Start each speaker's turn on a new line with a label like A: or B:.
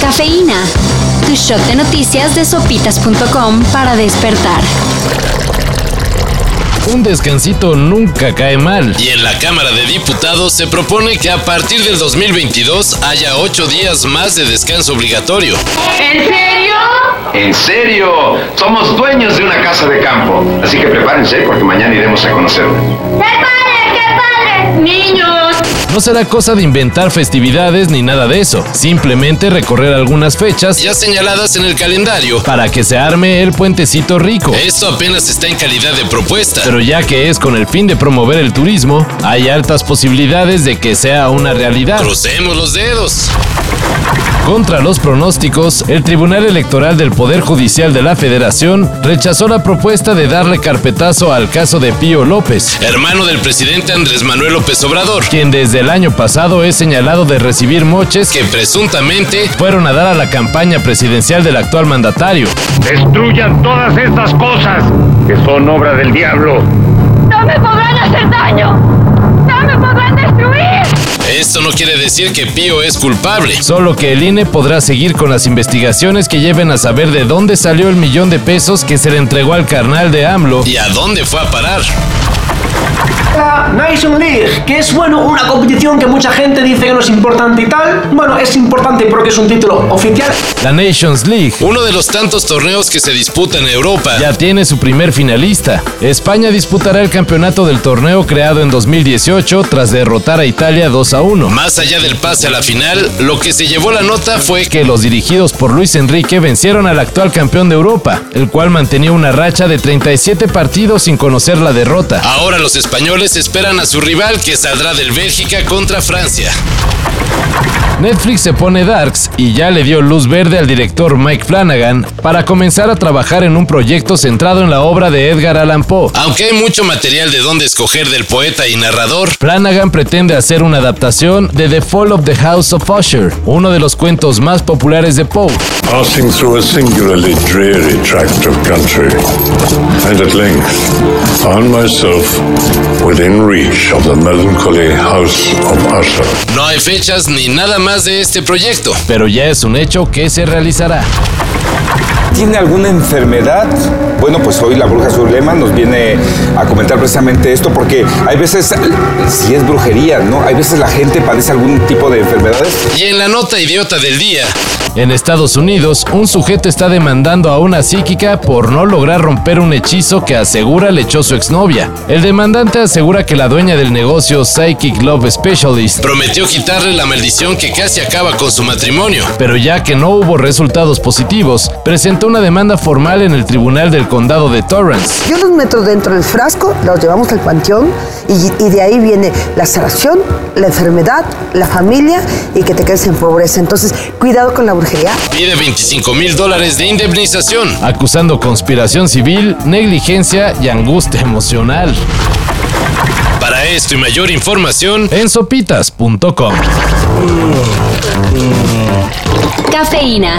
A: Cafeína. Tu shot de noticias de sopitas.com para despertar.
B: Un descansito nunca cae mal. Y en la Cámara de Diputados se propone que a partir del 2022 haya ocho días más de descanso obligatorio.
C: ¿En serio?
D: ¿En serio? Somos dueños de una casa de campo. Así que prepárense porque mañana iremos a conocerla.
C: ¡Qué padre, qué padre! ¡Niños!
B: No será cosa de inventar festividades ni nada de eso, simplemente recorrer algunas fechas ya señaladas en el calendario para que se arme el puentecito rico. Esto apenas está en calidad de propuesta, pero ya que es con el fin de promover el turismo, hay altas posibilidades de que sea una realidad. Crucemos los dedos. Contra los pronósticos, el Tribunal Electoral del Poder Judicial de la Federación rechazó la propuesta de darle carpetazo al caso de Pío López, hermano del presidente Andrés Manuel López Obrador, quien desde el año pasado es señalado de recibir moches que presuntamente fueron a dar a la campaña presidencial del actual mandatario.
E: Destruyan todas estas cosas que son obra del diablo.
C: ¡No me podrán hacer daño! ¡No me podrán destruir!
B: Esto no quiere decir que Pío es culpable, solo que el INE podrá seguir con las investigaciones que lleven a saber de dónde salió el millón de pesos que se le entregó al carnal de AMLO y a dónde fue a parar.
F: La Nation League, que es bueno una competición que mucha gente dice que no es importante y tal. Bueno, es importante porque es un título oficial.
B: La Nations League, uno de los tantos torneos que se disputa en Europa, ya tiene su primer finalista. España disputará el campeonato del torneo creado en 2018 tras derrotar a Italia 2 a 1. Más allá del pase a la final, lo que se llevó la nota fue que los dirigidos por Luis Enrique vencieron al actual campeón de Europa, el cual mantenía una racha de 37 partidos sin conocer la derrota. Ahora los españoles esperan a su rival que saldrá del Bélgica contra Francia. Netflix se pone darks y ya le dio luz verde al director Mike Flanagan para comenzar a trabajar en un proyecto centrado en la obra de Edgar Allan Poe. Aunque hay mucho material de dónde escoger del poeta y narrador, Flanagan pretende hacer una adaptación de The Fall of the House of Usher, uno de los cuentos más populares de Poe.
G: Passing through a singularly dreary tract of country, and at length found myself within reach of the melancholy House of Usher.
B: No hay fechas ni nada más de este proyecto, pero ya es un hecho que se realizará.
H: ¿Tiene alguna enfermedad? Bueno, pues hoy la bruja Zulema nos viene a comentar precisamente esto porque hay veces, si es brujería, ¿no? Hay veces la gente padece algún tipo de enfermedades.
B: Y en la nota idiota del día. En Estados Unidos, un sujeto está demandando a una psíquica por no lograr romper un hechizo que asegura le echó su exnovia. El demandante asegura que la dueña del negocio Psychic Love Specialist prometió quitarle la maldición que casi acaba con su matrimonio, pero ya que no hubo resultados positivos, presentó una demanda formal en el tribunal del condado de Torrance.
I: Yo los meto dentro del frasco, los llevamos al panteón y, y de ahí viene la sanación, la enfermedad, la familia y que te quedes en pobreza. Entonces, cuidado con la brujería.
B: Pide 25 mil dólares de indemnización, acusando conspiración civil, negligencia y angustia emocional. Para esto y mayor información en sopitas.com.
A: Cafeína. Cafeína.